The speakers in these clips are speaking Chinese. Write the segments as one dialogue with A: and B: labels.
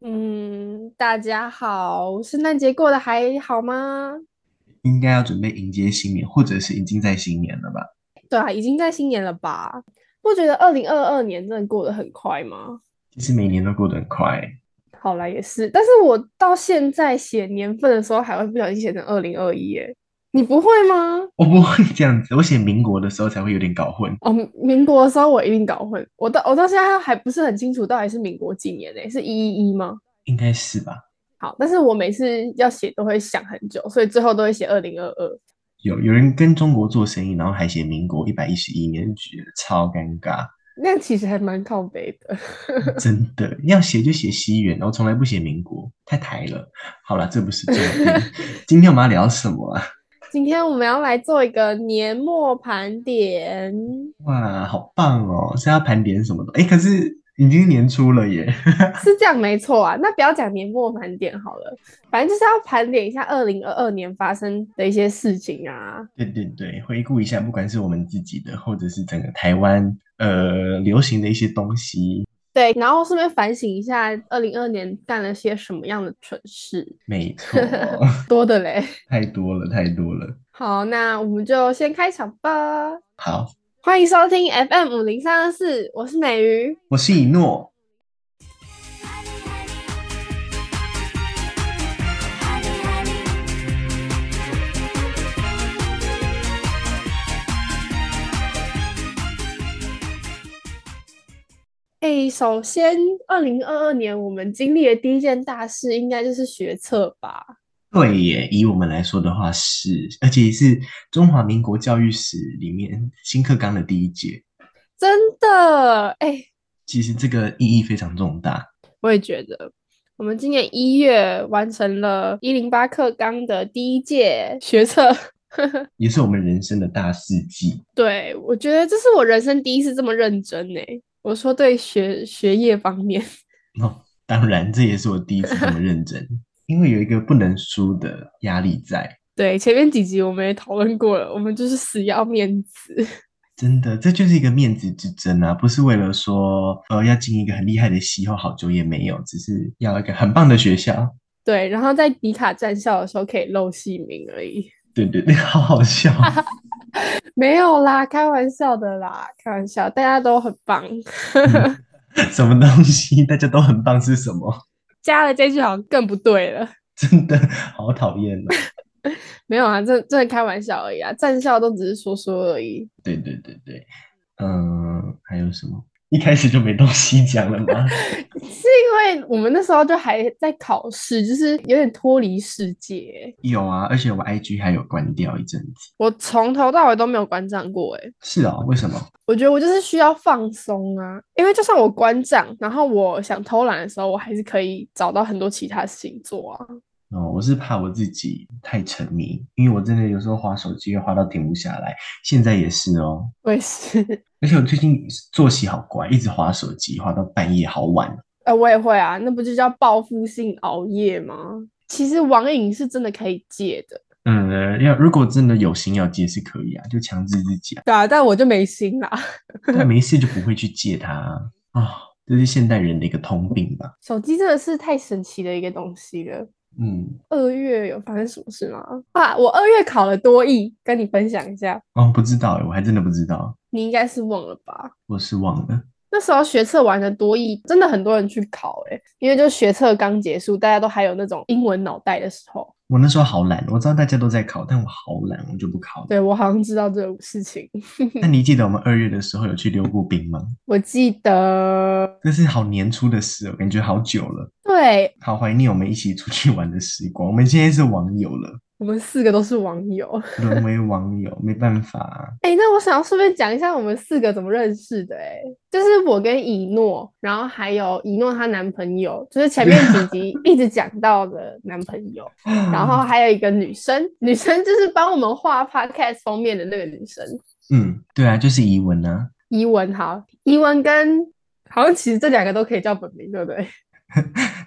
A: 嗯，大家好，圣诞节过得还好吗？
B: 应该要准备迎接新年，或者是已经在新年了吧？
A: 对啊，已经在新年了吧？不觉得二零二二年真的过得很快吗？
B: 其实每年都过得很快，
A: 好啦，也是，但是我到现在写年份的时候，还会不小心写成二零二一，耶，你不会吗？
B: 我不会这样子，我写民国的时候才会有点搞混。
A: 哦，民国的时候我一定搞混，我到我到现在还不是很清楚到底是民国几年呢？是一一一吗？
B: 应该是吧？
A: 好，但是我每次要写都会想很久，所以最后都会写二零二二。
B: 有有人跟中国做生意，然后还写民国一百一十一年，觉得超尴尬，
A: 那样其实还蛮靠北的。
B: 真的。要写就写西元，然后从来不写民国，太抬了。好了，这不是重点。今天我们要聊什么啊？
A: 今天我们要来做一个年末盘点，
B: 哇，好棒哦！是要盘点什么的？哎，可是已经年初了耶。
A: 是这样没错啊。那不要讲年末盘点好了，反正就是要盘点一下二零二二年发生的一些事情啊。
B: 对对对，回顾一下，不管是我们自己的，或者是整个台湾呃流行的一些东西，
A: 对，然后顺便反省一下二零二年干了些什么样的蠢事，
B: 没错，
A: 多的嘞。
B: 太多了，太多了。
A: 好，那我们就先开场吧。
B: 好，
A: 欢迎收听 FM 五零三二四，我是美鱼。
B: 我是以诺，
A: 哎，首先，二零二二年我们经历的第一件大事，应该就是学测吧。
B: 对耶，以我们来说的话是，而且是中华民国教育史里面新课纲的第一节，
A: 真的，哎、
B: 其实这个意义非常重大。
A: 我也觉得，我们今年一月完成了一零八课纲的第一届学测，
B: 也是我们人生的大事记，
A: 对我觉得这是我人生第一次这么认真呢、我说对学学业方面，
B: 哦，当然这也是我第一次这么认真，因为有一个不能输的压力在。
A: 对前面几集我们也讨论过了，我们就是死要面子。
B: 真的，这就是一个面子之争啊，不是为了说呃要进一个很厉害的系或好久也没有，只是要一个很棒的学校。
A: 对，然后在迪卡站校的时候可以露姓名而已，
B: 对对 对，好好笑。
A: 没有啦，开玩笑的啦，开玩笑，大家都很棒。
B: 嗯什么东西？大家都很棒是什么？
A: 加了这句好像更不对了。
B: 真的好讨厌哦。
A: 没有啊，这真的开玩笑而已啊，站校都只是说说而已。
B: 对对对对，嗯、还有什么？一开始就没东西讲了吗？
A: 是因为我们那时候就还在考试，就是有点脱离世界。
B: 有啊，而且我 IG 还有关掉一阵子。
A: 我从头到尾都没有关账过，诶，
B: 是啊、为什么？
A: 我觉得我就是需要放松啊。因为就算我关账，然后我想偷懒的时候，我还是可以找到很多其他事情做啊。
B: 哦，我是怕我自己太沉迷，因为我真的有时候划手机会划到停不下来，现在也是哦。
A: 我也是，
B: 而且我最近作息好乖，一直划手机，划到半夜，好晚。
A: 呃，我也会啊，那不就叫报复性熬夜吗？其实网瘾是真的可以戒的，
B: 嗯，要如果真的有心要戒是可以啊，就强制自 己啊，
A: 对啊，但我就没心啦。
B: 但没事就不会去戒它啊、这是现代人的一个通病吧。
A: 手机真的是太神奇的一个东西了。
B: 嗯，
A: 二月有发生什么事吗？啊，我二月考了多艺，跟你分享一下。
B: 哦，不知道欸我还真的不知道，
A: 你应该是忘了吧？
B: 我是忘了。
A: 那时候学测完的多艺，真的很多人去考诶、因为就学测刚结束，大家都还有那种英文脑袋的时候。
B: 我那时候好懒，我知道大家都在考，但我好懒，我就不考 了。
A: 对我好像知道这种事情，
B: 那你记得我们二月的时候有去溜过冰吗？
A: 我记得。
B: 这是好年初的事哦，感觉好久了，
A: 对
B: 好怀念我们一起出去玩的时光。我们现在是网友了，
A: 我们四个都是网友。
B: 沦为网友，没办法啊、
A: 哎、那我想要顺便讲一下我们四个怎么认识的、欸，哎，就是我跟以诺，然后还有以诺她男朋友，就是前面几集一直讲到的男朋友，然后还有一个女生，女生就是帮我们画 podcast 封面的那个女生，
B: 嗯，对啊，就是疑文啊，
A: 伊文，好，伊文跟好像其实这两个都可以叫本名，对不对？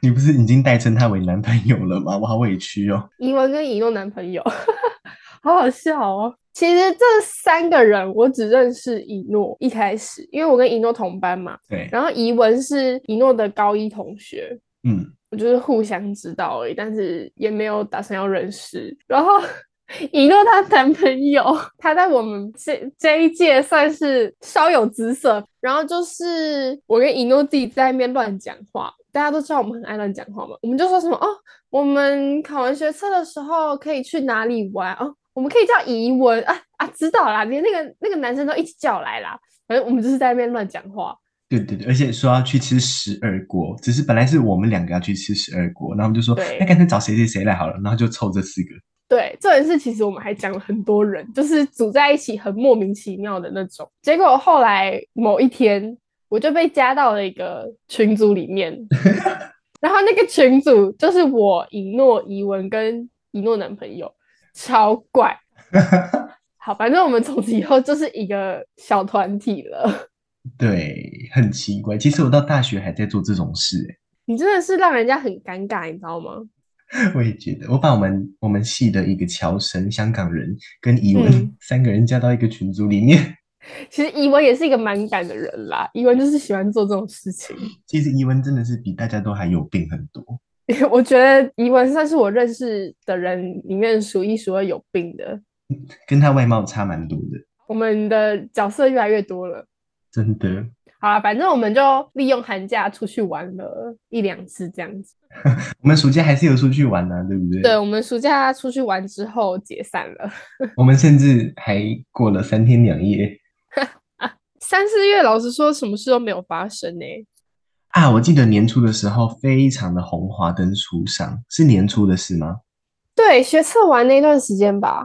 B: 你不是已经代称他为男朋友了吗？我 好委屈哦。
A: 伊文跟以诺男朋友， 好好笑哦。其实这三个人，我只认识以诺一开始，因为我跟以诺同班嘛，
B: 对，
A: 然后怡文是怡诺的高一同学，
B: 嗯，
A: 我就是互相知道而已，但是也没有打算要认识。然后一诺她男朋友，他在我们这这一届算是稍有姿色。然后就是我跟一诺自己在那边乱讲话，大家都知道我们很爱乱讲话嘛，我们就说什么哦，我们考完学测的时候可以去哪里玩哦，我们可以叫怡文啊啊，知道啦，连那个那个男生都一起叫来啦。反正我们就是在那边乱讲话，
B: 对对对，而且说要去吃十二锅，只是本来是我们两个要去吃十二锅，然后我们就说哎
A: 对
B: 那干脆找谁谁谁来好了，然后就凑这四个。
A: 对，重点是其实我们还讲了很多人，就是组在一起很莫名其妙的那种。结果后来某一天，我就被加到了一个群组里面，然后那个群组就是我、以诺、怡文跟以诺男朋友，超怪。好，反正我们从此以后就是一个小团体了。
B: 对，很奇怪。其实我到大学还在做这种事、哎
A: 你真的是让人家很尴尬，你知道吗？
B: 欸， 我也觉得。我把我们我们系的一个侨生香港人跟怡文、
A: 嗯
B: 三个人加到一个群组里面。
A: 其实怡文也是一个蛮敢的人啦，怡文就是喜欢做这种事情。
B: 其实怡文真的是比大家都还有病很多。
A: 我觉得怡文算是我认识的人里面数一数二有病的。
B: 跟他外貌差蛮多的，
A: 我们的角色越来越多了。
B: 真的。
A: 好啦，反正我们就利用寒假出去玩了一两次这样子。
B: 我们暑假还是有出去玩呢、对不对？
A: 对，我们暑假出去玩之后解散了。
B: 我们甚至还过了三天两夜
A: 三四月，老实说，什么事都没有发生欸呢、
B: 啊！我记得年初的时候非常的红，华灯初上，是年初的事吗？
A: 对，学测完那段时间吧，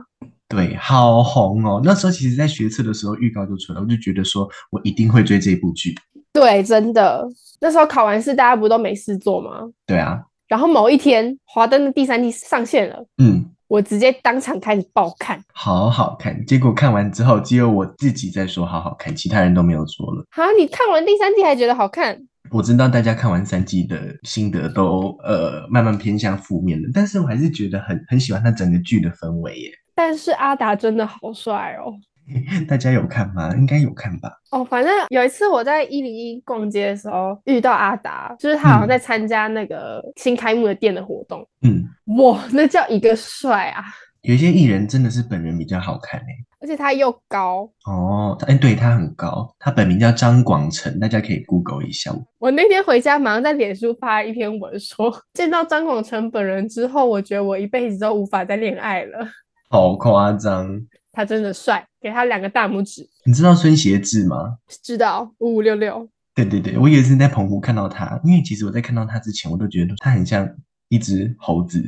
B: 对，好红哦！那时候其实，在学测的时候预告就出来，我就觉得说我一定会追这部剧。
A: 对，真的，那时候考完试，大家不都没事做吗？
B: 对啊，
A: 然后某一天，华灯的第三季上线了，
B: 嗯，
A: 我直接当场开始爆看。
B: 好好看。结果看完之后，只有我自己在说好好看，其他人都没有说了。
A: 哈，你看完第三季还觉得好看？
B: 我知道大家看完三季的心得都呃慢慢偏向负面了，但是我还是觉得很很喜欢它整个剧的氛围耶。
A: 但是阿达真的好帅哦。
B: 大家有看吗？应该有看吧。
A: 哦，反正有一次我在一零一逛街的时候遇到阿达，就是他好像在参加那个新开幕的店的活动，
B: 嗯，
A: 哇，那叫一个帅啊！
B: 有一些艺人真的是本人比较好看哎。
A: 而且他又高，
B: 哦，他哎，对他很高，他本名叫张广成，大家可以 Google 一下。
A: 我那天回家马上在脸书发一篇文说，见到张广成本人之后，我觉得我一辈子都无法再恋爱了。
B: 好夸张！
A: 他真的帅，给他两个大拇指。
B: 你知道孙协志吗？
A: 知道五五六六，
B: 对对对，我也是在澎湖看到他，因为其实我在看到他之前，我都觉得他很像一只猴子。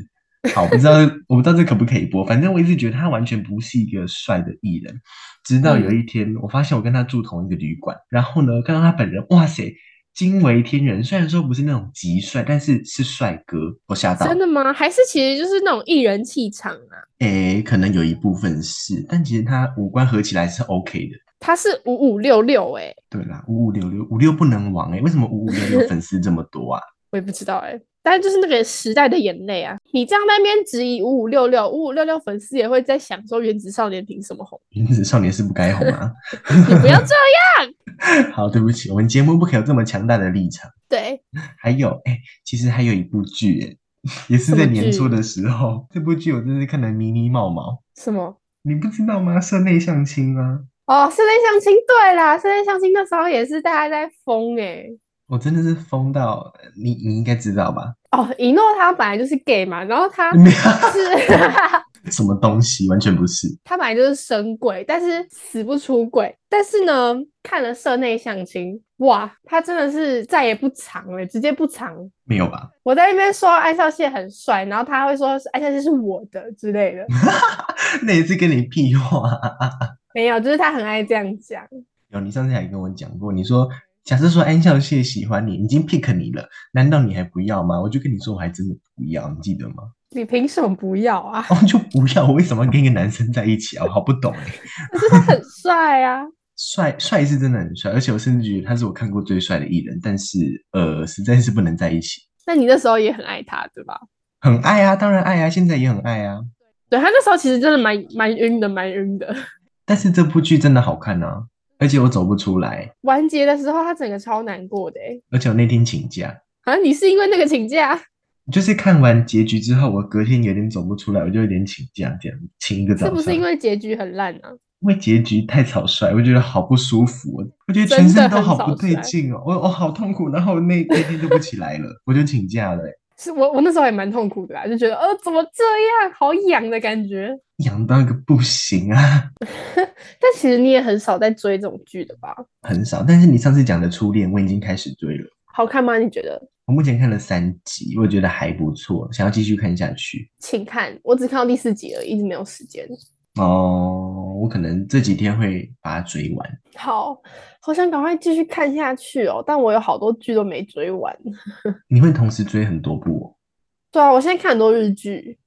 B: 好，我不知 道我不知道这可不可以播，反正我一直觉得他完全不是一个帅的艺人。直到
A: 嗯
B: 有一天，我发现我跟他住同一个旅馆，然后呢，看到他本人，哇塞，惊为天人。虽然说不是那种极帅，但是是帅哥，我吓到。
A: 真的吗？还是其实就是那种艺人气场啊？
B: 诶，可能有一部分是，但其实他五官合起来是 OK 的。
A: 他是五五六六哎，
B: 对啦，五五六六五六不能亡哎、为什么五五六六粉丝这么多啊？
A: 我也不知道哎、但是就是那个时代的眼泪啊！你这样在那边质疑五五六六，五五六六粉丝也会在想说《原子少年》凭什么红？
B: 原子少年是不该红啊！
A: 你不要这 样。
B: 好，对不起，我们节目不可以有这么强大的立场。
A: 对，
B: 还有，哎、其实还有一部剧、哎，也是在
A: 什么剧
B: 年初的时候，这部剧我真是看得迷迷毛毛。
A: 什么？
B: 你不知道吗？社内相亲啊，
A: 哦，室内相亲，对啦，室内相亲那时候也是大家在疯哎、
B: 我真的是疯到你，你应该知道吧？
A: 哦，一诺他本来就是 gay 嘛，然后他
B: 没
A: 是
B: 有什么东西，完全不是。
A: 他本来就是神鬼，但是死不出轨。但是呢，看了社内相亲，哇，他真的是再也不藏了，直接不藏。
B: 没有吧？
A: 我在那边说安孝燮很帅，然后他会说安孝燮是我的之类的，
B: 那也是跟你屁话、
A: 没有，就是他很爱这样讲。
B: 有，你上次还跟我讲过，你说假设说安孝燮喜欢你，已经 pick 你了，难道你还不要吗？我就跟你说，我还真的不要，你记得吗？
A: 你凭什么不要啊？
B: 哦，就不要，我为什么要跟一个男生在一起啊？我好不懂哎、
A: 可是他很帅啊，
B: 帅帅是真的很帅，而且我甚至觉得他是我看过最帅的艺人，但是呃，实在是不能在一起。
A: 那你那时候也很爱他，对吧？
B: 很爱啊，当然爱啊，现在也很爱啊。
A: 对他那时候其实真的蛮蛮晕的，蛮晕的。
B: 但是这部剧真的好看啊，而且我走不出来，
A: 完结的时候他整个超难过的欸、
B: 而且我那天请假，
A: 啊，你是因为那个请假？
B: 就是看完结局之后，我隔天有点走不出来，我就有点请假，这样请一个早
A: 是
B: 上。
A: 不是因为结局很烂啊？
B: 因为结局太草率，我觉得好不舒服、哦，我觉得
A: 真
B: 全
A: 的
B: 身都
A: 很
B: 好
A: 草
B: 不对
A: 率
B: 劲哦，我我好痛苦，然后那那天就不起来了，我就请假了欸，
A: 是我我那时候也蛮痛苦的啦，就觉得呃怎么这样，好痒的感觉。
B: 痒到一个不行啊，
A: 但其实你也很少在追这种剧的吧？
B: 很少。但是你上次讲的初恋，我已经开始追了，
A: 好看吗？你觉得？
B: 我目前看了三集，我觉得还不错，想要继续看下去。
A: 请看，我只看到第四集了，一直没有时间。
B: 哦，我可能这几天会把它追完。
A: 好，好想赶快继续看下去哦，但我有好多剧都没追完。
B: 你会同时追很多部
A: 对啊，我现在看很多日剧，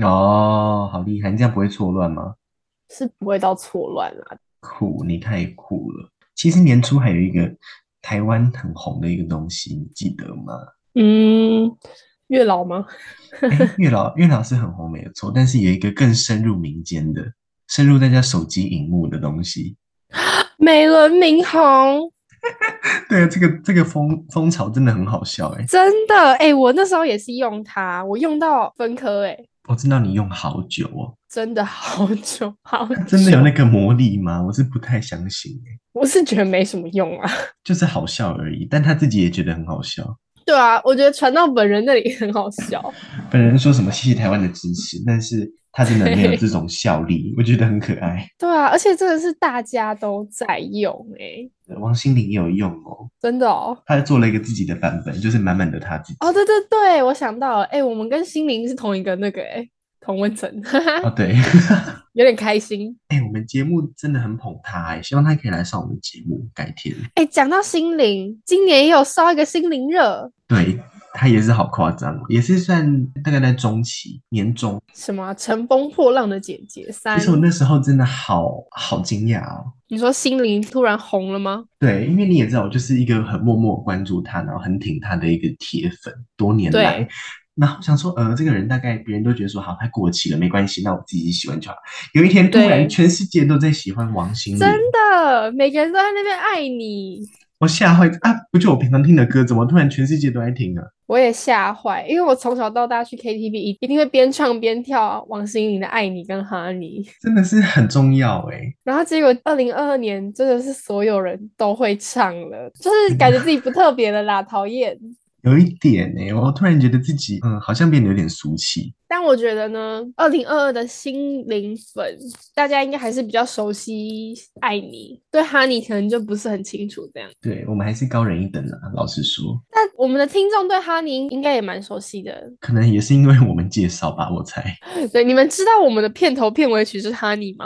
B: 哦？哦，好厉害！你这样不会错乱吗？
A: 是不会到错乱啊。
B: 酷，你太酷了。其实年初还有一个台湾很红的一个东西，你记得吗？
A: 嗯，月老吗？
B: 哎，月老，月老是很红没有错，但是有一个更深入民间的、深入大家手机荧幕的东西。
A: 美轮明宏，
B: 对啊，这个这个风风潮真的很好笑哎、
A: 真的哎、我那时候也是用它，我用到分科哎、
B: 我知道你用好久哦，
A: 真的好久好久
B: 它，真的有那个魔力吗？我是不太相信哎、
A: 我是觉得没什么用啊。
B: 就是好笑而已。但他自己也觉得很好笑。
A: 对啊，我觉得传到本人那里很好笑。
B: 本人说什么谢谢台湾的支持，但是他真的没有
A: 对
B: 这种效力，我觉得很可爱。
A: 对啊，而且真的是大家都在用哎、
B: 王心凌也有用哦，
A: 真的哦。
B: 她做了一个自己的版本，就是满满的她自己。
A: 哦，对对对，我想到了，哎、我们跟心灵是同一个那个、哎，同温层，
B: 啊，对，
A: 有点开心。
B: 哎、我们节目真的很捧她哎，希望她可以来上我们节目改天。
A: 哎、讲到心灵，今年也有烧一个心灵热，
B: 对她也是好夸张哦，也是算大概在中期年中。
A: 什么啊乘风破浪的姐姐三
B: 其，实我那时候真的好好惊讶哦。
A: 你说心灵突然红了吗？
B: 对，因为你也知道，我就是一个很默默关注她，然后很挺她的一个铁粉，多年来
A: 对。
B: 然后想说，呃，这个人大概别人都觉得说好，他过期了没关系，那我自己喜欢就好。有一天突
A: 对
B: 然全世界都在喜欢王心凌，
A: 真的，每个人都在那边爱你，
B: 我吓坏啊！不就我平常听的歌，怎么突然全世界都在听啊？
A: 我也吓坏，因为我从小到大去 KTV 一一定会边唱边跳王心凌的《爱你》跟《哈你》，
B: 真的是很重要哎、
A: 然后结果二零二二年真的是所有人都会唱了，就是感觉自己不特别了啦， 讨厌。
B: 有一点哎、我突然觉得自己嗯，好像变得有点俗气。
A: 但我觉得呢，二零二二的心灵粉，大家应该还是比较熟悉爱你，对哈尼可能就不是很清楚这样。
B: 对我们还是高人一等啊，老实说，
A: 但我们的听众对哈尼应该也蛮熟悉的，
B: 可能也是因为我们介绍吧，我猜，
A: 对，你们知道我们的片头片尾曲是哈尼吗？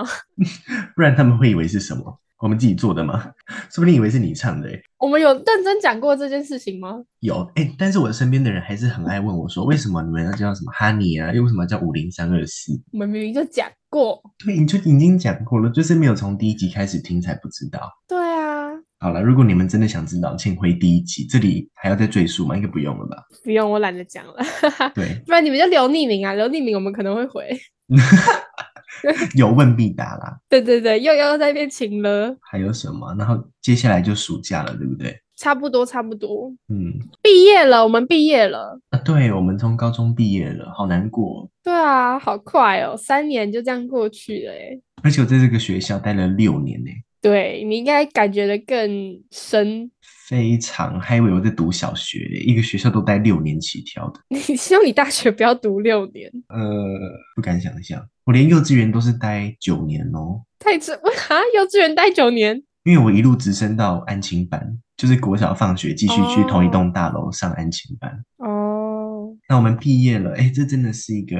B: 不然他们会以为是什么？我们自己做的吗？ 说不定以为是你唱的、欸。
A: 我们有认真讲过这件事情吗？
B: 有哎、但是我身边的人还是很爱问我说，为什么你们要叫什么 Honey 啊？又为什么要叫五零三二四？
A: 我们明明就讲过。
B: 对，你就已经讲过了，就是没有从第一集开始听才不知道。
A: 对啊，
B: 好了，如果你们真的想知道，请回第一集，这里还要再赘述吗？应该不用了吧？
A: 不用，我懒得讲了，
B: 对，
A: 不然你们就留匿名啊，留匿名我们可能会回。
B: 有问必答啦。
A: 对对对，又又在变情了，
B: 还有什么？然后接下来就暑假了，对不对？
A: 差不多差不多，
B: 嗯，
A: 毕业了，我们毕业了。
B: 啊，对，我们从高中毕业了，好难过哦。
A: 对啊，好快哦，三年就这样过去了诶。
B: 而且我在这个学校待了六年欸呢、
A: 对你应该感觉的更深，
B: 非常还以为我在读小学欸、一个学校都待六年起跳的，
A: 你 希望你大学不要读六年，
B: 呃，不敢想象，我连幼稚园都是待九年哦，
A: 太 这啊，幼稚园待九年，
B: 因为我一路直升到安亲班，就是国小放学继续去同一栋大楼上安亲班。
A: 哦，
B: 那我们毕业了，哎，这真的是一个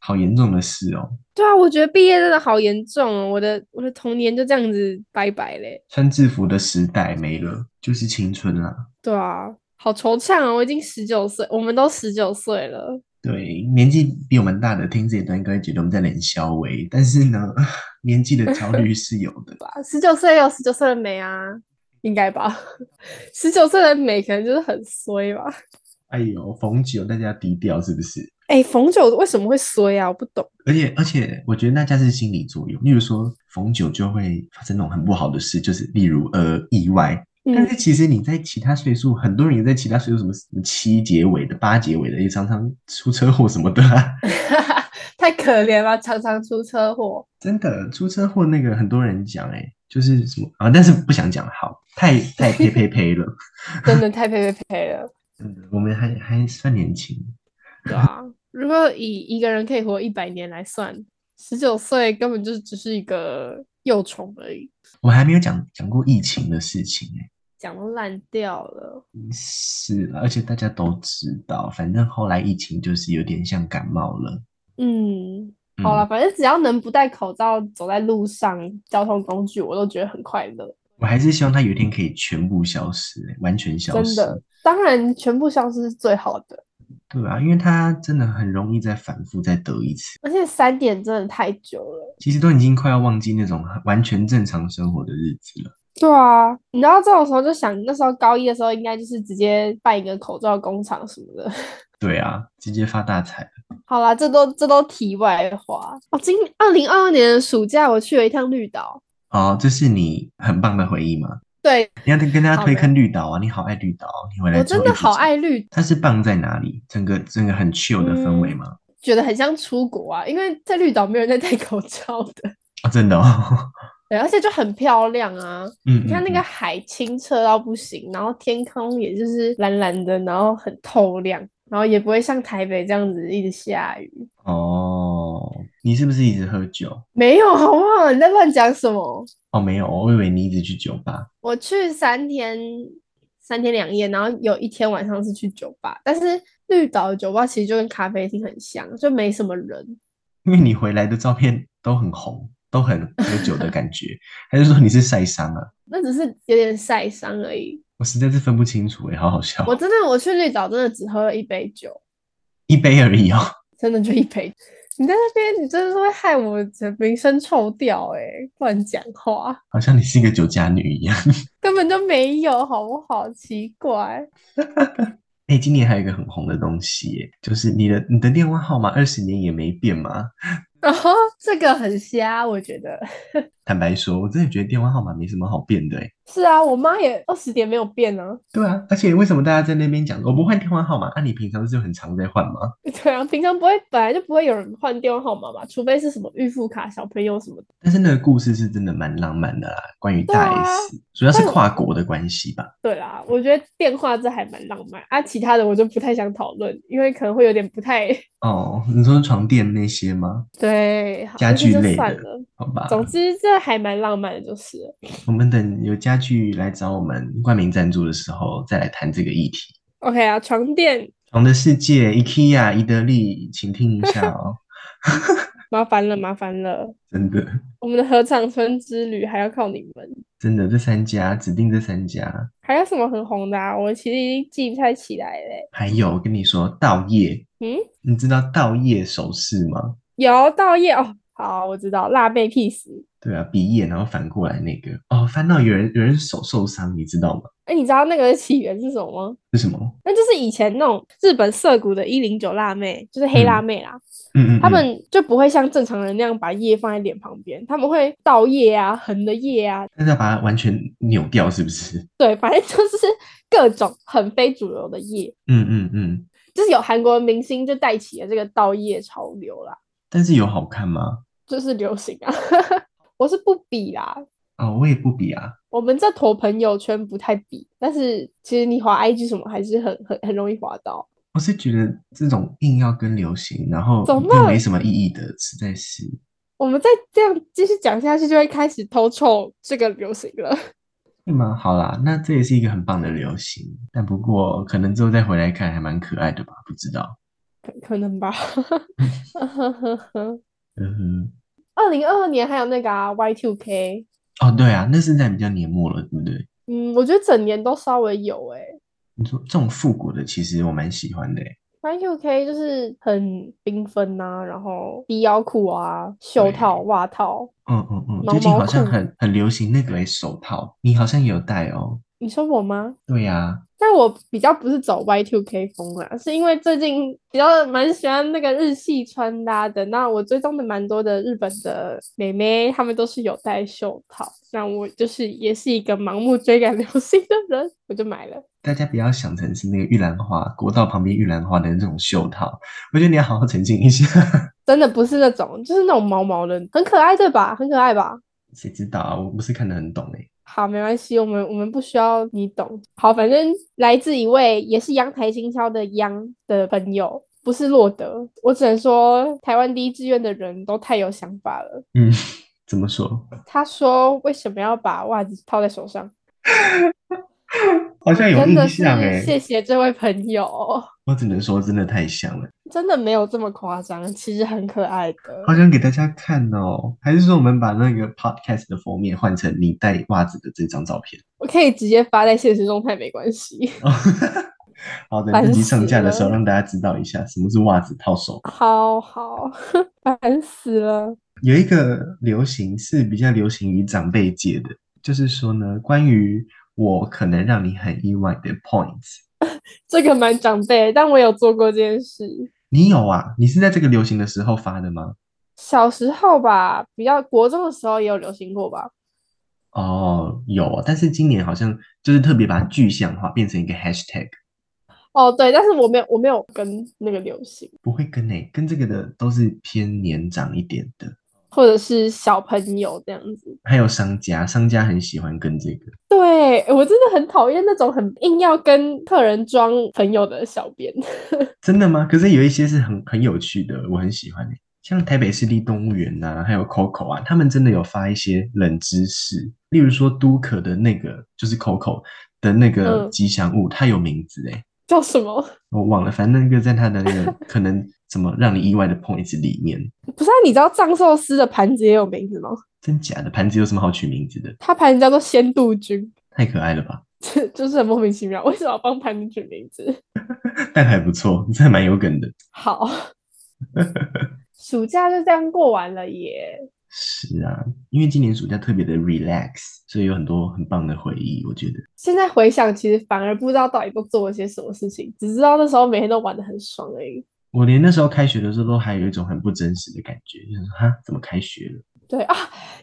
B: 好严重的事哦。
A: 对啊，我觉得毕业真的好严重哦，我的我的童年就这样子拜拜嘞，
B: 穿制服的时代没了，就是青春啦。
A: 对啊，好惆怅啊、我已经十九岁，我们都十九岁了，
B: 对，年纪比我们大的听这一段，应该会觉得我们在脸消微，但是呢， 年纪的焦虑是有的。
A: 吧，啊十九岁有十九岁的美啊，应该吧，十九岁的美可能就是很衰吧，
B: 哎呦，逢九大家低调是不是？
A: 哎，逢九为什么会衰啊？我不懂。
B: 而且而且，我觉得大家是心理作用。例如说，逢九就会发生那种很不好的事，就是例如呃意外，
A: 嗯
B: 但是其实你在其他岁数，很多人也在其他岁数，什么什么七结尾的、八结尾的，也常常出车祸什么的、啊。
A: 太可怜了，常常出车祸。
B: 真的，出车祸那个很多人讲，哎，就是什么啊，但是不想讲，好，太太呸呸呸了。
A: 真的太呸呸呸了。
B: 真的，我们还还算年轻。
A: 对啊， 如果以一个人可以活一百年来算，十九岁根本就只是一个幼虫而已，
B: 我还没有讲讲过疫情的事情、欸，
A: 讲都烂掉了。
B: 是啦，而且大家都知道，反正后来疫情就是有点像感冒了。
A: 嗯，好了，
B: 嗯，
A: 反正只要能不戴口罩走在路上，交通工具我都觉得很快乐，
B: 我还是希望它有一天可以全部消失、欸，完全消
A: 真
B: 失。
A: 的。当然，全部消失是最好的，
B: 对啊，因为它真的很容易再反复再得一次，
A: 而且三点真的太久了。
B: 其实都已经快要忘记那种完全正常生活的日子了。
A: 对啊，你知道这种时候就想，那时候高一的时候应该就是直接办一个口罩工厂什么的。
B: 对啊，直接发大财了。
A: 好啦，这都这都题外话哦。今二零二二年的暑假，我去了一趟绿岛。
B: 哦，这是你很棒的回忆吗？
A: 对
B: 你要跟跟大家
A: 好
B: 推
A: 的
B: 坑绿岛啊！你好爱绿岛，你回来
A: 我
B: 之后
A: 真的
B: 一直
A: 好
B: 讲。
A: 爱绿岛，
B: 它是棒在哪里？整个整个很 chill 的氛围
A: 嗯
B: 吗？
A: 觉得很像出国啊，因为在绿岛没有人在戴口罩的，
B: 啊，真的哦。
A: 对，而且就很漂亮啊。
B: 嗯，
A: 你看那
B: 嗯
A: 个
B: 嗯
A: 海清澈到不行，然后天空也就是蓝蓝的，然后很透亮，然后也不会像台北这样子一直下雨。
B: 哦，你是不是一直喝酒？
A: 没有，好不好？你在乱讲什么？
B: 哦，没有，我以为你一直去酒吧。
A: 我去三天，三天两夜，然后有一天晚上是去酒吧，但是绿岛的酒吧其实就跟咖啡厅很像，就没什么人。
B: 因为你回来的照片都很红，都很喝酒的感觉，还是说你是晒伤啊？
A: 那只是有点晒伤而已。
B: 我实在是分不清楚哎，好好笑，
A: 我真的，我去绿岛真的只喝了一杯酒，
B: 一杯而已哦。
A: 真的就一杯。 你在那边，你真的是会害我的名声臭掉哎、乱讲话，
B: 好像你是一个酒家女一样。
A: 根本就没有，好不好？奇怪，
B: 哎、今年还有一个很红的东西耶，就是你的你的电话号码二十年也没变嘛。
A: 然后这个很瞎，我觉得。
B: 坦白说，我真的觉得电话号码没什么好变的哎。
A: 是啊，我妈也二十年没有变啊。
B: 对啊，而且为什么大家在那边讲我哦不换电话号码？啊那、你平常是很常在换吗？
A: 对啊，平常不会，本来就不会有人换电话号码嘛，除非是什么预付卡、小朋友什么的。
B: 但是那个故事是真的蛮浪漫的啦，关于
A: 对
B: 大
A: 啊
B: S，、主要是
A: 但我
B: 跨国的关系吧。
A: 对啦，我觉得电话这还蛮浪漫啊，其他的我就不太想讨论，因为可能会有点不 太
B: 哦，你说床垫那些吗？
A: 对，好
B: 家具
A: 那就
B: 类的
A: 算了。
B: 好吧，
A: 总之，这还蛮浪漫的，就是了
B: 我们等有家具来找我们冠名赞助的时候，再来谈这个议题。
A: OK 啊。床垫
B: 床的世界，IKEA 宜得利，请听一下 哦，
A: 麻烦了，麻烦了，
B: 真的，
A: 我们的合场村之旅还要靠你们。
B: 真的，这三家指定这三家，
A: 还有什么很红的啊？我其实已经记不太起来欸嘞、
B: 还有我跟你说，稻叶，
A: 嗯，
B: 你知道稻叶首饰吗？
A: 有道叶哦，好，我知道，辣妹屁死。
B: 对啊，鼻叶，然后反过来那个，哦，翻到有人有人手受伤，你知道吗？
A: 哎、你知道那个起源是什么吗？
B: 是什么？
A: 那就是以前那种日本涩谷的一零九辣妹，就是黑辣妹啦，
B: 嗯嗯，
A: 她
B: 嗯
A: 们就不会像正常人那样把叶放在脸旁边，她们会倒叶啊、横的叶啊，
B: 但是要把它完全扭掉，是不是？
A: 对，反正就是各种很非主流的叶，
B: 嗯嗯嗯，
A: 就是有韩国明星就带起了这个倒叶潮流啦，
B: 但是有好看吗？
A: 就是流行啊。 我是不比啦，
B: 哦，我也不比啊。
A: 我们这坨朋友圈不太比，但是其实你滑 IG 什么还是很很很容易滑到。
B: 我是觉得这种硬要跟流行，然后
A: 怎么
B: 又没什么意义的，实在是
A: 我们再这样继续讲下去，就会开始偷臭这个流行了。
B: 是吗？好啦，那这也是一个很棒的流行，但不过可能之后再回来看还蛮可爱的吧，不知道。
A: 可能吧。
B: 嗯
A: 二零二二年还有那个啊 Y Two K，
B: 哼，哦，对啊，那现在比较年末了，对不对？
A: 嗯，我觉得整年都稍微有诶、
B: 你说这种复古的，其实我蛮喜欢的欸。
A: Y Two K 就是很缤纷呐，然后低腰裤啊、袖套、袜套，
B: 嗯嗯嗯，
A: 毛
B: 最近
A: 毛
B: 好像
A: 裤
B: 很很流行那个欸手套，你好像也有戴哦。
A: 你说我吗？
B: 对呀、
A: 但我比较不是走 Y two K 风啦，是因为最近比较蛮喜欢那个日系穿搭的。那我追踪的蛮多的日本的美眉，她们都是有戴袖套。那我就是也是一个盲目追赶流行的人，我就买了。
B: 大家不要想成是那个玉兰花国道旁边玉兰花的那种袖套，我觉得你要好好澄清一下。
A: 真的不是那种，就是那种毛毛的，很可爱对吧？很可爱吧？
B: 谁知道啊？我不是看得很懂哎、
A: 好，没关系，我们我们不需要你懂。好，反正来自一位也是阳台经销的央的朋友，不是洛德。我只能说，台湾第一志愿的人都太有想法了。
B: 嗯，怎么说？
A: 他说为什么要把袜子套在手上？
B: 好像有
A: 真
B: 印
A: 的是
B: 象哎、
A: 谢谢这位朋友，
B: 我只能说真的太像了，
A: 真的没有这么夸张，其实很可爱的。
B: 好想给大家看哦。还是说我们把那个 podcast 的封面换成你戴袜子的这张照片？
A: 我可以直接发在现实中态没关系。
B: 好的，
A: 烦
B: 等自己
A: 死
B: 上架的时候
A: 了
B: 让大家知道一下什么是袜子套手。
A: 好好， 烦死了。
B: 有一个流行是比较流行于长辈界的，就是说呢，关于我可能让你很意外的 points，
A: 这个蛮长辈，但我有做过这件事。
B: 你有啊？你是在这个流行的时候发的吗？
A: 小时候吧，比较国中的时候也有流行过吧。
B: 哦，有，但是今年好像就是特别把它具象化，变成一个 hashtag，
A: 哦，对，但是我没有，我没有跟那个流行，
B: 不会跟诶、跟这个的都是偏年长一点的，
A: 或者是小朋友这样子。
B: 还有商家，商家很喜欢跟这个。
A: 对我真的很讨厌那种很硬要跟客人装朋友的小编。
B: 真的吗？可是有一些是很很有趣的，我很喜欢、欸、像台北市立动物园呐、还有 Coco 啊，他们真的有发一些冷知识，例如说都可的那个就是 Coco 的那个
A: 嗯
B: 吉祥物，它有名字诶、欸
A: 叫什么？
B: 我忘了，反正那个在它的那个 可能怎么让你意外的 points 里面，
A: 不是啊，你知道藏寿司的盘子也有名字吗？
B: 真假的盘子有什么好取名字的？
A: 它盘子叫做仙杜君，
B: 太可爱了吧！
A: 就是很莫名其妙，为什么要帮盘子取名字？
B: 但还不错， 这还蛮有梗的。
A: 好，暑假就这样过完了耶。
B: 是啊，因为今年暑假特别的 relax，所以有很多很棒的回忆，我觉得。
A: 现在回想，其实反而不知道到底都做了些什么事情，只知道那时候每天都玩的很爽而已。
B: 我连那时候开学的时候都还有一种很不真实的感觉，就是说哈，怎么开学了？
A: 对啊，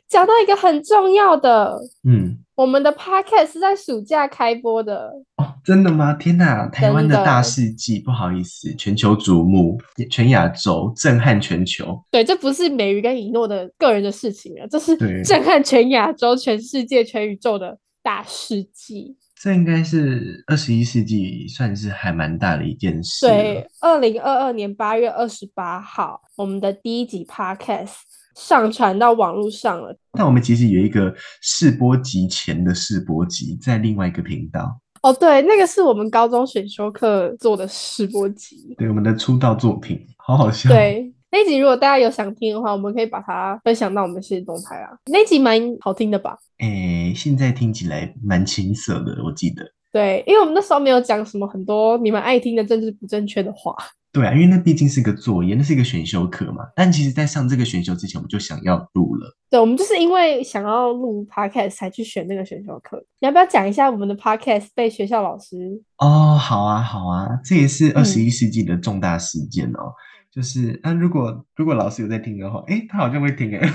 A: 讲到一个很重要的，
B: 嗯，
A: 我们的 podcast 是在暑假开播的，
B: 哦，真的吗？天哪，台湾
A: 真
B: 的
A: 的
B: 大事记，不好意思，全球瞩目，全亚洲震撼全球，
A: 对，这不是美鱼跟以诺的个人的事情啊了，这是
B: 对
A: 震撼全亚洲、全世界、全宇宙的大事迹。
B: 这应该是二十一世纪算是还蛮大的一件事了。
A: 对，二零二二年八月二十八号，我们的第一集 podcast 上传到网络上了。
B: 但我们其实有一个试播集前的试播集，在另外一个频道，
A: 哦，对，那个是我们高中选修课做的试播集。
B: 对我们的出道作品，好好 笑。，
A: 对，那集如果大家有想听的话，我们可以把它分享到我们现实动态啊。那集蛮好听的吧？
B: 诶，现在听起来蛮青涩的，我记得。
A: 对，因为我们那时候没有讲什么很多你们爱听的政治不正确的话。
B: 对啊，因为那毕竟是个作业，那是一个选修课嘛。但其实，在上这个选修之前，我们就想要录了。
A: 对，我们就是因为想要录 podcast 才去选那个选修课。你要不要讲一下我们的 podcast 被学校老师？
B: 哦，好啊，好啊，这也是二十一世纪的重大事件哦。就是，那、如果如果老师有在听的话，诶，他好像会听诶。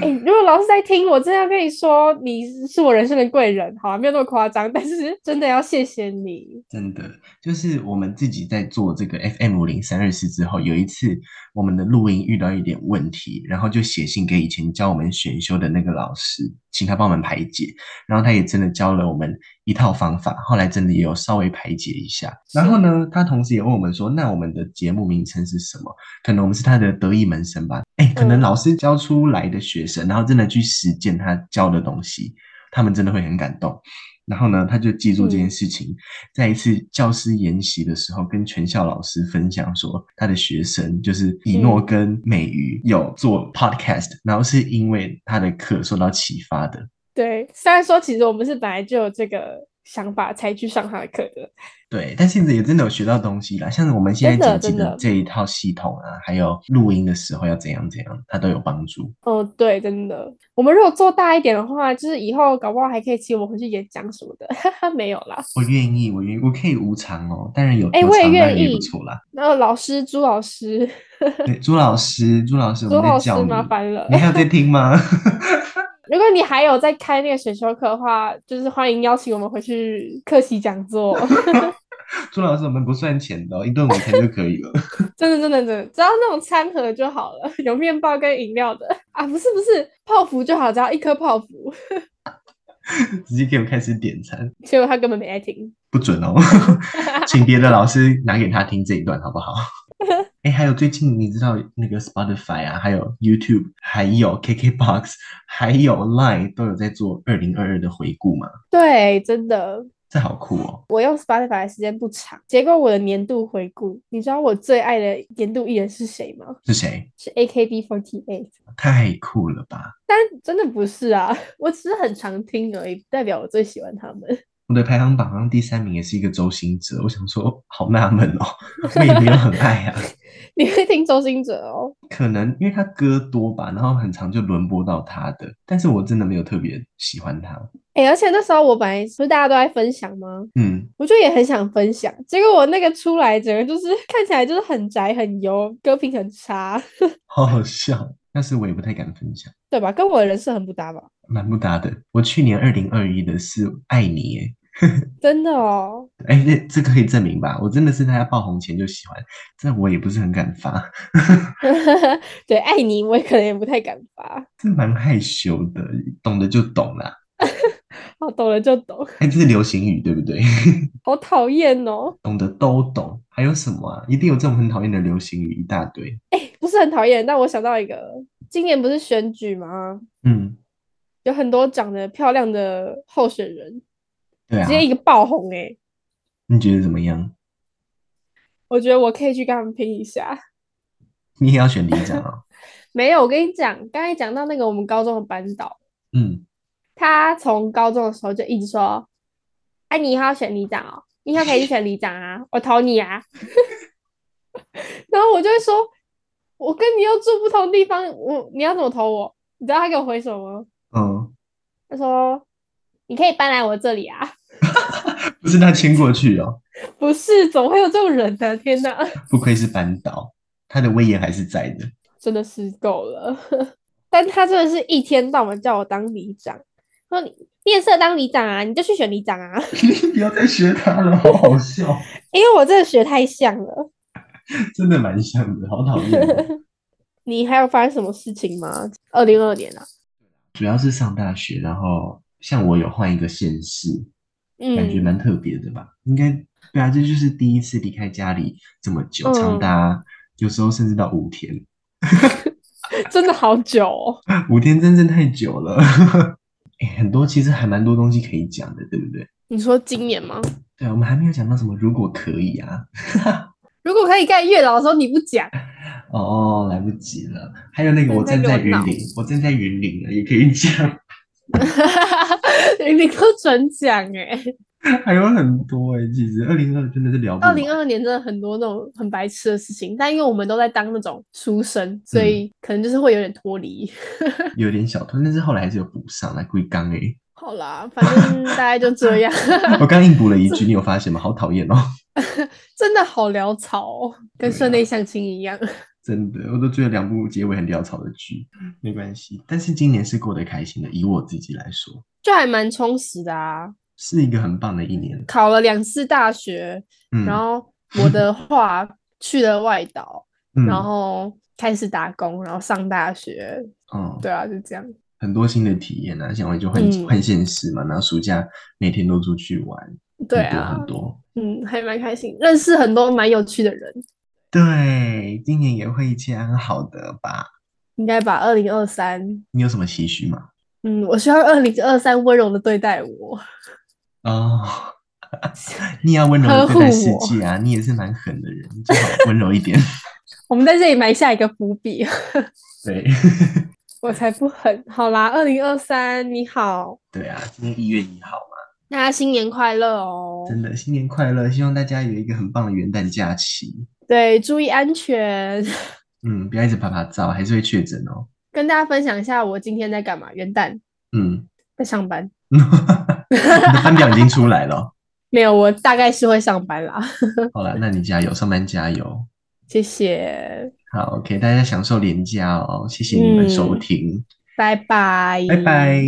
A: 哎，如果老师在听，我真的要跟你说，你是我人生的贵人。好啊，没有那么夸张，但是真的要谢谢你。
B: 真的，就是我们自己在做这个 FM 五零三二四之后，有一次我们的录音遇到一点问题，然后就写信给以前教我们选修的那个老师，请他帮我们排解。然后他也真的教了我们一套方法，后来真的也有稍微排解一下。然后呢，他同时也问我们说，那我们的节目名称是什么？可能我们是他的得意门生吧。哎，可
A: 嗯
B: 能老师教出来的学生，然后真的去实践他教的东西，他们真的会很感动。然后呢，他就记住这件
A: 嗯
B: 事情，在一次教师研习的时候，跟全校老师分享说，他的学生就是以诺
A: 嗯
B: 跟美瑜有做 podcast，、然后是因为他的课受到启发的。
A: 对，虽然说其实我们是本来就有这个想法才去上他的课的。
B: 对，但现在也真的有学到东西啦，像我们现在
A: 真的
B: 剪辑
A: 真
B: 的
A: 的
B: 这一套系统啊，还有录音的时候要怎样怎样，它都有帮助。
A: 哦，对，真的，我们如果做大一点的话，就是以后搞不好还可以请我回去演讲什么的。 哈哈，没有啦。
B: 我愿意，我愿意，我可以无偿哦，当然有
A: 哎
B: 有
A: 我也
B: 偿当然
A: 愿
B: 也不
A: 意
B: 错啦。
A: 然后老师朱老师，
B: 对，朱老师，朱老师，
A: 朱
B: 我们
A: 老
B: 在
A: 师
B: 叫你，
A: 麻烦了
B: 你。还有在听吗？
A: 如果你还有在开那个选修课的话，就是欢迎邀请我们回去课习讲座。
B: 朱老师，我们不算钱的哦、一顿午餐就可以了。
A: 真的真的真的，只要那种餐盒就好了， 有面包跟饮料的啊，不是不是，泡芙就好，只要一颗泡芙。
B: 直接给我开始点餐，
A: 结果他根本没在听。
B: 不准哦， 请别的老师拿给他听这一段好不好？哎、还有最近你知道那个 Spotify 啊，还有 YouTube，还有 KKBox，还有 Line 都有在做二零二二的回顾嘛？
A: 对，真的，
B: 这好酷哦！
A: 我用 Spotify 的时间不长，结果我的年度回顾，你知道我最爱的年度艺人是谁吗？
B: 是谁？
A: 是 AKB48，
B: 太酷了吧！
A: 但真的不是啊，我只是很常听而已，不代表我最喜欢他们。
B: 我的排行榜上第三名也是一个周兴哲，我想说好纳闷哦，我也没有很爱啊，
A: 你会听周兴哲哦？
B: 可能因为他歌多吧，然后很常就轮播到他的，但是我真的没有特别喜欢他。
A: 哎、而且那时候我本来不是大家都在分享吗？
B: 嗯，
A: 我就也很想分享，结果我那个出来整个就是 看起来就是很宅很油，歌品很差，
B: 好好笑，但是我也不太敢分享。
A: 对吧？跟我的人设很不搭吧？
B: 蛮不搭的。我去年二零二一的是《爱你》耶，
A: 真的哦，
B: 哎，这这个可以证明吧？我真的是在他爆红前就喜欢，这我也不是很敢发，
A: 对，爱你我也可能也不太敢发，
B: 这蛮害羞的，懂的就懂啦。
A: 哦，懂了就懂，
B: 哎，这是流行语对不对？
A: 好讨厌哦，
B: 懂的都懂，还有什么啊？一定有这种很讨厌的流行语一大堆。
A: 不是很讨厌，但我想到一个，今年不是选举吗？
B: 嗯，
A: 有很多长得漂亮的候选人，
B: 对啊
A: 直，接一个爆红哎、
B: 你觉得怎么样？
A: 我觉得我可以去跟他们拼一下。
B: 你也要选里长啊？
A: 没有，我跟你讲，刚才讲到那个我们高中的班导。
B: 嗯，
A: 他从高中的时候就一直说：“哎、你以后要选里长哦，你以后可以去选里长啊，我投你啊。” 然后我就会说：“我跟你又住不同地方，我你要怎么投我？”你知道他给我回什么吗？
B: 哦，
A: 他说：“你可以搬来我这里啊。
B: 不是他迁过去哦，”
A: 不是，怎么会有这种人呢、天哪，
B: 不愧是班导，他的威严还是在的。
A: 真的是够了。 但他真的是一天到晚叫我当里长，说你面色当里长啊，你就去选里长啊，
B: 你不要再学他 了，好好笑。
A: 因为我真的学太像了。
B: 真的蛮像的，好讨厌 哦。
A: 你还有发生什么事情吗？二零二年啊，
B: 主要是上大学，然后像我有换一个县市，感觉
A: 嗯，
B: 蛮特别的吧？应该对啊，这就是第一次离开家里这么久，
A: 嗯
B: 长达有时候甚至到五天，
A: 真的好久哦。
B: 五天真正太久了。 哎，很多其实还蛮多东西可以讲的，对不对？
A: 你说今年吗？
B: 对啊，我们还没有讲到什么如果可以啊。
A: 如果可以盖月老的时候你不讲，
B: 哦，来不及了。还有那个我
A: 在
B: 站在
A: 给我
B: 云
A: 闹
B: 林，我站在云林了，也可以讲。
A: 你都准讲哎、
B: 还有很多哎、其实二零二真的是聊不
A: 二
B: 完。
A: 零二二年真的很多那种很白痴的事情，但因为我们都在当那种书生，所以可能就是会有点脱离。
B: 有点小吞，但是后来还是有补上来龟缸诶。
A: 好啦，反正大概就这样，
B: 我刚硬补了一句，你有发现吗？好讨厌哦，
A: 真的好潦草 哦，跟
B: 对啊
A: 室内相亲一样。
B: 真的，我都觉得两部结尾很潦草的剧，
A: 嗯
B: 没关系。但是今年是过得开心的，以我自己来说，
A: 就还蛮充实的啊，
B: 是一个很棒的一年。
A: 考了两次大学，
B: 嗯，
A: 然后我的话去了外岛，
B: 嗯
A: 然后开始打工，然后上大学，
B: 嗯，
A: 对啊，就这样。
B: 很多新的体验啊，像我就换
A: 嗯
B: 换现实嘛，然后暑假每天都出去玩，
A: 对
B: 很多
A: 啊
B: 很，多。
A: 嗯，还蛮开心，认识很多蛮有趣的人，
B: 对，今年也会这样好的吧？
A: 应该把二零二三，
B: 你有什么期许吗？
A: 嗯，我希望二零二三温柔的对待我，
B: 哦， 你也要温柔的
A: 呵
B: 对待
A: 护
B: 世
A: 我
B: 界啊！你也是蛮狠的人，最好温柔一 点。
A: 我们在这里埋下一个伏笔，
B: 对，
A: 我才不狠。好啦，二零二三你好，
B: 对啊，今天一月一号嘛，
A: 大家新年快乐哦！
B: 真的，新年快乐！希望大家有一个很棒的元旦假期。
A: 对，注意安全。
B: 嗯，不要一直拍拍照，还是会确诊哦。
A: 跟大家分享一下我今天在干嘛。元旦
B: 嗯，
A: 在上班，
B: 你的班表已经出来 了。
A: 没有，我大概是会上班啦。
B: 好了，那你加油，上班加油。
A: 谢谢，
B: 好，OK，大嗯家享受年假哦，谢谢你们收
A: 嗯
B: 听，
A: 拜拜，
B: 拜拜。